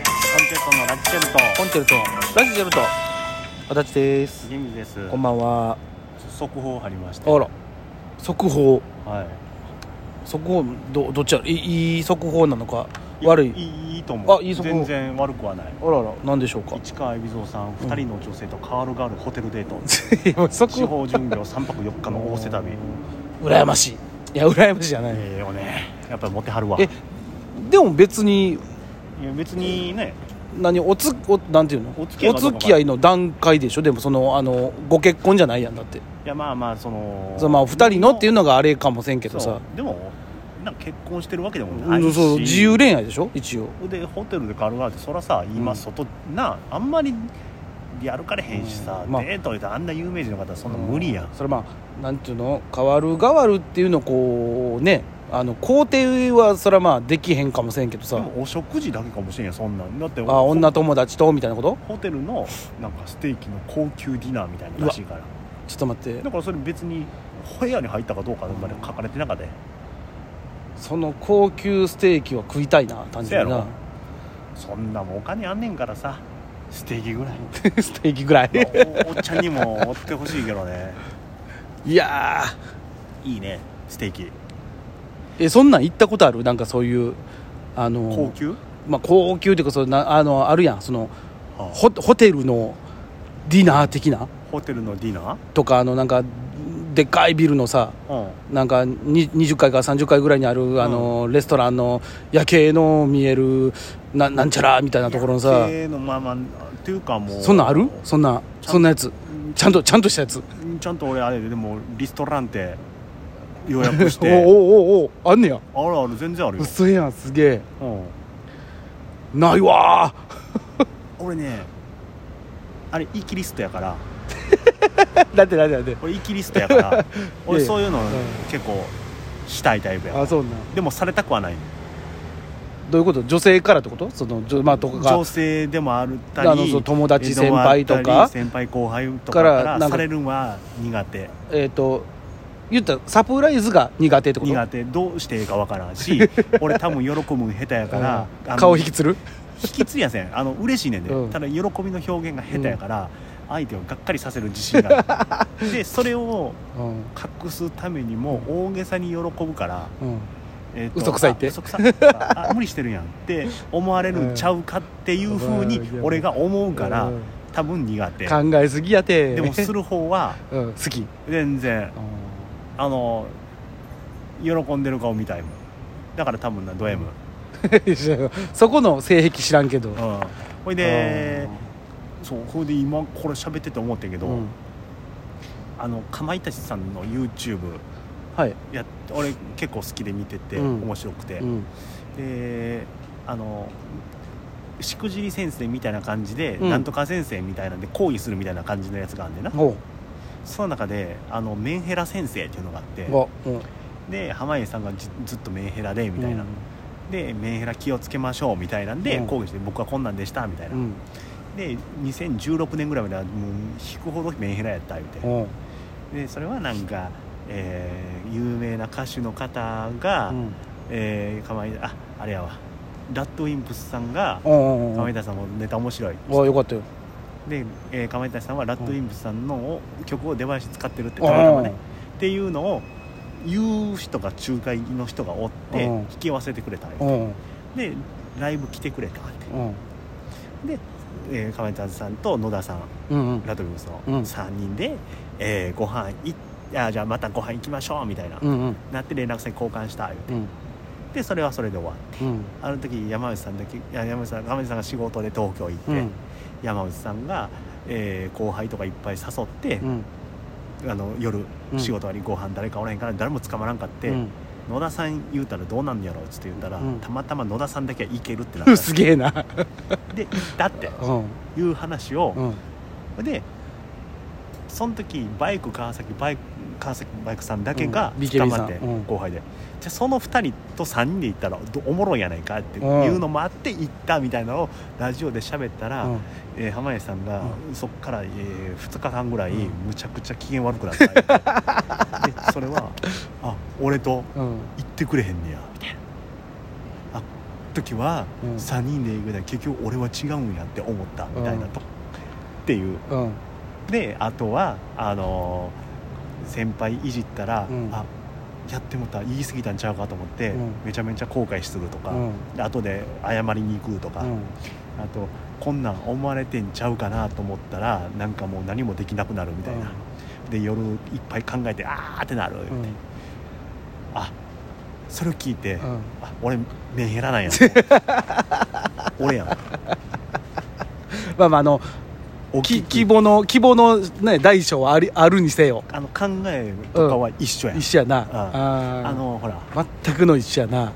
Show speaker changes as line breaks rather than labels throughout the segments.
トのラジチェルト
コンチェルトラジチェルト足立です
ジミーです
こんばんは
速報入りまし
あ
た
ら速報
はい
速報どどっちやろいいいい速報なのか悪い
いいいと思う
あいい速報
全然悪くはない
あららなんでしょうか
市川海老蔵さん二人の女性とカールガールホテルデート地
速
方巡業三泊四日の大瀬旅
羨ましいいや羨ましいじゃない、
ええよねやっぱりモテはるわ
えでも別に
いや別にね
何おつおなんていうの
お付き合いの
お付き合いの段階でしょでもそのあのご結婚じゃないやんだって
いやまあまあその
そのまあ2人のっていうのがあれかもせんけど
そ
さ
うでもなんか結婚してるわけでも
う
ないし、
んそう自由恋愛でしょ一応
でホテルでカールガールってそらさ今
うん
外、なあんまりやるからへんしさ、
うんまあ
デートであんな有名人の方そんな無理やん、
それまあなんていうの変わる変わるっていうのこうねあの肯定はそれはまあできへんかもせんけど
で
さ
もお食事だけかもしれんやんそんなんだって
あ
ほ
女友達とみたいなこと
ホテルのなんかステーキの高級ディナーみたいなのらしいから
ちょっと待って
だからそれ別に部屋に入ったかどうかまで書かれてなかったよ
その高級ステーキは食いたいな単純に
せや
な
ろそんなもんお金あんねんからさステーキぐらい
ステーキぐらい
まあおおっちゃんにもおってほしいけどね
いや
いいねステーキ
ーえそんなん行ったことあるなんかそういうあの
高級、
まあ、高級っていうかそうなあのあるやんその
あ
ホホテルのディナー的な
ホテルのディナ
とかあのなんかでっかいビルのさ
ー、うん
なんかに20階から30階ぐらいにあるあの、レストランの夜景の見えるななんちゃらみたいなところのさ
夜景のまあまあっていうかもう
そんなんあるそんな
ちゃん
そんなやつちゃんとちゃんとしたやつ
ちゃんと俺あれででもリストラン テ予約し
お
て
おおおおあんねや
あるある全然 あるよ、
嘘やんすげえ
うん、
ないわ
俺ねあれイキリストやから
ーだってだってだって
俺イキリストやから 俺そういうの
うん
結構したいタイプやから
あそうなん
でもされたくはない
どういうこと女性からってことそのじょまあとかが
女性でもあるた
あの
り
そう友達先輩とか
でもあったり先輩後輩とか
か
からら
なんか
されるんは苦手
えっ、と言ったらサプライズが苦手ってこと
苦手どうしていいかわからん し俺多分喜ぶん下手やから、あの
顔引きつる
引きつりやせんあの嬉しいねんで、
うん
ただ喜びの表現が下手やから、相手をがっかりさせる自信があるでそれを
うん、
隠すためにも大げさに喜ぶから、
うん、
えーと
嘘くさいって
あ嘘くさいとかあ無理してるやんって思われるんちゃうかっていうふうに
うん
俺が思うから、
うん
多分苦手
考えすぎやて
でもする方は
うん、好き
全然あの喜んでる顔みたいもんだから多分なド M
そこの性癖知らんけど
うんほいでそうほいで今これ喋ってて思ってんけ
う
ど、
ん
あのかまいたちさんの YouTube
はい、
や俺結構好きで見てて、
うん
面白くて、
うん
であのしくじり先生みたいな感じで、
うん
なんとか先生みたいなんで講義するみたいな感じのやつがあんでな
おう
その中であのメンヘラ先生っていうのがあって
おううん
で濱家さんがじずっとメンヘラでみたいな、
うん
でメンヘラ気をつけましょうみたいなんで、
うん
講義して僕はこんなんでしたみたいな、
うん
で2016年ぐらいまではもう引くほどメンヘラやったみたいな
おう
でそれはなんか、えー有名な歌手の方が、
うん
えー、かまいああれやわラッドウィンプスさんが
おうお
か
うお
ま
う
いたちさんのネタ面白い
おうよかったよ
で、えー、かまいたちさんはラッドウィンプスさんのを曲を出囃子使ってるって
おう
たまたまね
おう
っていうのを言う人が仲介の人がおって
うん
引き合わせてくれたんよ
おう
でライブ来てくれたって
おう
で、えー、かまいたちさんと野田さん
うんうん
ラトビウス
う
の
ん
3人で、えーご飯いあじゃあまたご飯行きましょうみたいな、
うんうん
なって連絡先交換した言うて
うん
でそれはそれで終わって
うん
あの時山内さんだけいや山内さん山内さんが仕事で東京行って、
うん
山内さんが、えー後輩とかいっぱい誘って
う、ん
あの夜
うん
仕事終わりご飯誰かおらへんから誰も捕まらんかって、
うん
野田さん言うたらどうなんやろうっつって言ったら、
うん
たまたま野田さんだけは行けるってなっ
う
た
んすげえな
で行ったって
うん
いう話を、
うん
でその時バイク川崎バイク川崎バイクさんだけが
うん BKB
捕まって、
さんうん
後輩でじゃあその2人と3人で行ったらどおもろいやないかっていうのもあって行ったみたいなのをラジオで喋ったら、
うん
えー濱家さんがそっから、え2日間ぐらい
うん
むちゃくちゃ機嫌悪くな ったんやでそれはあ俺と
うん
行ってくれへんねやみたいなあ時は
うん
3人で行くだ結局俺は違うんやって思ったみたいなと、っていう
うん
であとはあのー先輩いじったら、
うん
あやってもった言い過ぎたんちゃうかと思って、
うん
めちゃめちゃ後悔するとか、
うん
で後で謝りに行くとか、
うん
あとこんなん思われてんちゃうかなと思ったらなんかもう何もできなくなるみたいな、で夜いっぱい考えてあーってなる、
うん
あそれを聞いて、
うん
あ俺メンヘラなん や俺やん
まあまああの
大きい
き希望の希望のね大小はありあるにせよ
あの考えとかは一緒やん、
一緒やなあー
あのほら
全くの一緒やな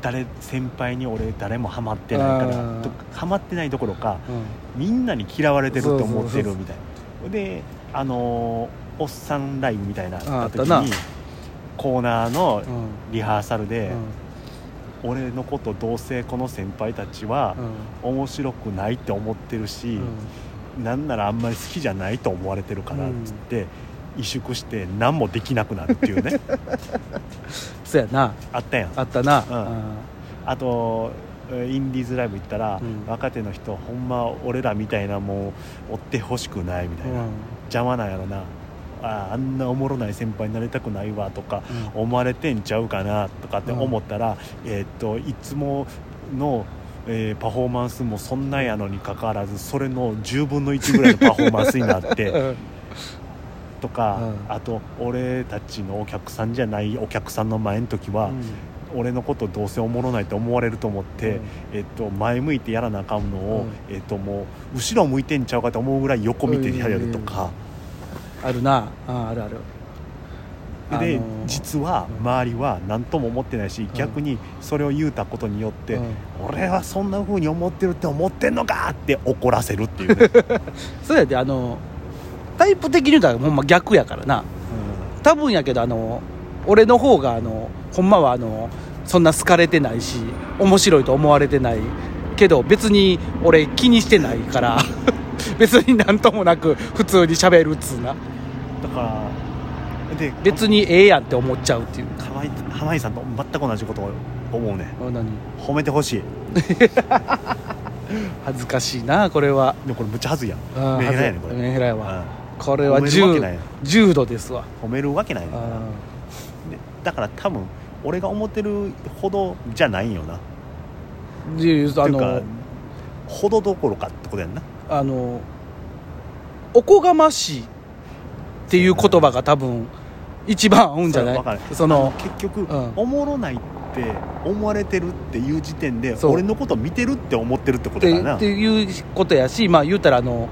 誰先輩に俺誰もハマってないか
う
ら
ん
とハマってないどころか
うん
みんなに嫌われてると思って
そうそうそう
るみたいなであのーおっさんラインみたいな
ああ
の
った
時
な
にコーナーの
うん
リハーサル
う
で
ん
「俺のことどうせこの先輩たちは面白くないって思ってるし、
うん
なんならあんまり好きじゃないと思われてるから」っつって萎縮して何もできなくなるって いうね
そうやな
あったやん
あったな
うんあとえーインディーズライブ行ったら、
うん
若手の人ほんま俺らみたいなもう追ってほしくないみた
う
い
ん
な、
うん
邪魔なんやろなあーあんなおもろない先輩になりたくないわとか思われてんちゃうかなとかって思ったら、えーっといつもの、えーパフォーマンスもそんなんやのにかかわらずそれの10分の1ぐらいのパフォーマンスになっ て
うん
とか、
うん
あと俺たちのお客さんじゃないお客さんの前の時は、俺のことどうせおもろないと思われると思って、えっと、前向いてやらなあかんのを、えっと、もう後ろ向いてんちゃうかと思うぐらい横見てやるとか、
あるなああるある
で、
あのー
実は
うん
周りは何とも思ってないし、
ん
逆にそれを言うたことによって、
うん
俺はそんな風に思ってるって思ってんのかって怒らせるっていうね、
そうやであのタイプ的に言うたらほんま逆やからな多分やけどあの俺の方があのほんまはあのそんな好かれてないし面白いと思われてないけど別に俺気にしてないから 別になんともなく普通に喋るっつうな
だからで
別にええやんって思っちゃうっていう
河合濱家さんと全く同じことを思うね
あ何
褒めてほしい
恥ずかしいなこれは
でもこれむっちゃはずいやん
うん
メンヘラやねんこれ、
恥ずメンヘラや
う
わ
ん
これは
褒めるわけない
重重度ですわ
褒めるわけないねん
うん
でだから多分俺が思ってるほどじゃないんよな
であ
っていう
の
かほどどころかってことやんな
あのおこがましいっていう言葉が多分一番合うんじゃない
わかる
そ
あ
の
結局、
うん
おもろないって思われてるっていう時点で
そう
俺のこと見てるって思ってるってこ
っ
と
て
だな
っていうことやしまあ言うたらあの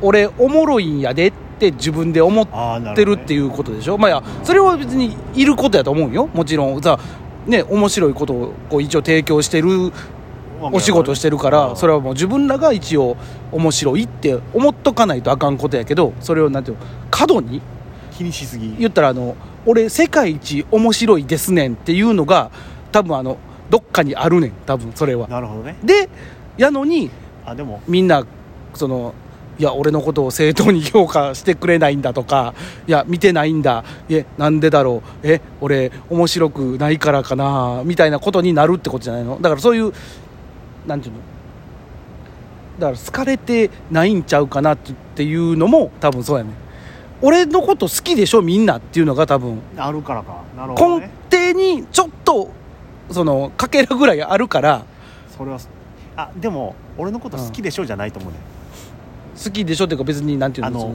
俺おもろいんやでって自分で思っ
あーな
て
るほ
る
ど
っていうことでしょ、まあいやそれは別にいることやと思うよもちろんさね面白いことをこう一応提供してる
わけ
お仕事してるからそれ
は
はもう自分らが一応面白いって思っとかないとあかんことやけどそれをなんていうの過度に
気にしすぎ
言ったらあの俺世界一面白いですねんっていうのが多分あのどっかにあるねん多分それは
なるほどね
でやのに
あでも
みんなそのいや俺のことを正当に評価してくれないんだとかいや見てないんだえなんでだろうえ俺面白くないからかなみたいなことになるってことじゃないのだからそういうなんていうのだから好かれてないんちゃうかなってっていうのも多分そうやねん俺のこと好きでしょみんなっていうのが多分
あるからかなるほど
根
ね
底にちょっとそのかけらぐらいあるから
それはあでも俺のこと好きでしょじゃないと思うね、
好きでしょっていうか別になんていうの
あの
その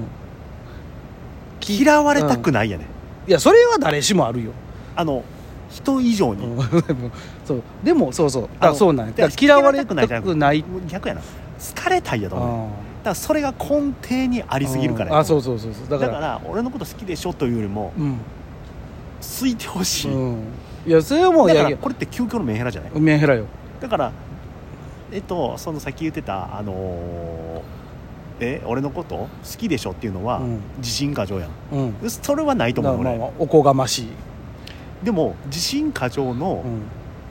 嫌われたくないやね、
いやそれは誰しもあるよ、
あの人以上に、
うん そうでもそうそうだか
あ
ら
の
そうなんや
だ
だ
か
からら嫌われた
じゃ
く ない
もう逆やな疲れたいやと思うね、
あ
だからそれが根底にありすぎるから
あそううそうそうそうだ
だ
か
からら俺のこと好きでしょというよりも
うん、
好いてほしい、
うん、いやそれはもう
だ
い
か
や
ら
いや
これって究極のメンヘラじゃない
メンヘラよ
だからえっとそのさっき言ってたあのーえ俺のこと好きでしょっていうのは、
うん
自信過剰やん
うん
それはないと
だか
思
ら
う
まあ
俺、
まあおこがましい、
でも自信過剰
う
の
ん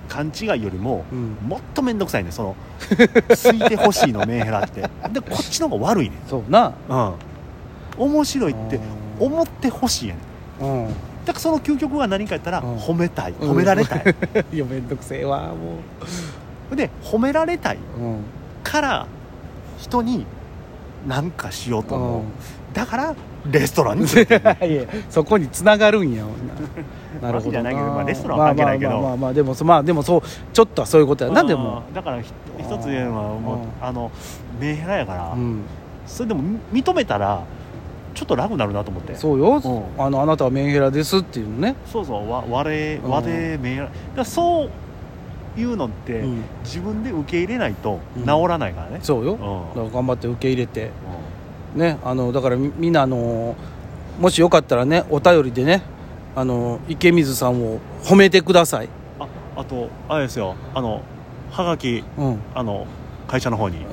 勘違いよりも、
うん、
もっと面倒くさいねそ の好いてほしいのメンヘラってでこっちの方が悪いね
そうな
うん面白いって
うん
思ってほしいやね
うん
だからその究極は何かやったら
うん
褒めたい、
うん
褒められたい、
いやめんどくせえわもう
で褒められたい
うん
から人に何かしようと思う、
うん
だからレストランに連れて行く
いやそこに繋がるんやほんななる
わけじ
ほど
ゃないけどまあレストランは関係ないけど
まあまあまあまあまあでもそまあでもそうちょっとはそういうこと やなでも
うんだからひ一つ言えるのはもうあのメンヘラやから、
うん
それでもみ認めたらちょっと楽になるなと思って
そうよ、
うん
あのあなたはメンヘラですっていうのね、
そうそうわ我れ
うん
我でメンヘラだからそういうのって、
うん
自分で受け入れないと
うん
治らないからね、
そうよ、
う
だ
ん
から頑張って受け入れて
うん
ねあのだからみみんなあのもしよかったらねお便りでねあの池水さんを褒めてください、
ああとあれですよあのはがき
うん、
あの会社の方に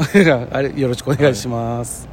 あれよろしくお願いします、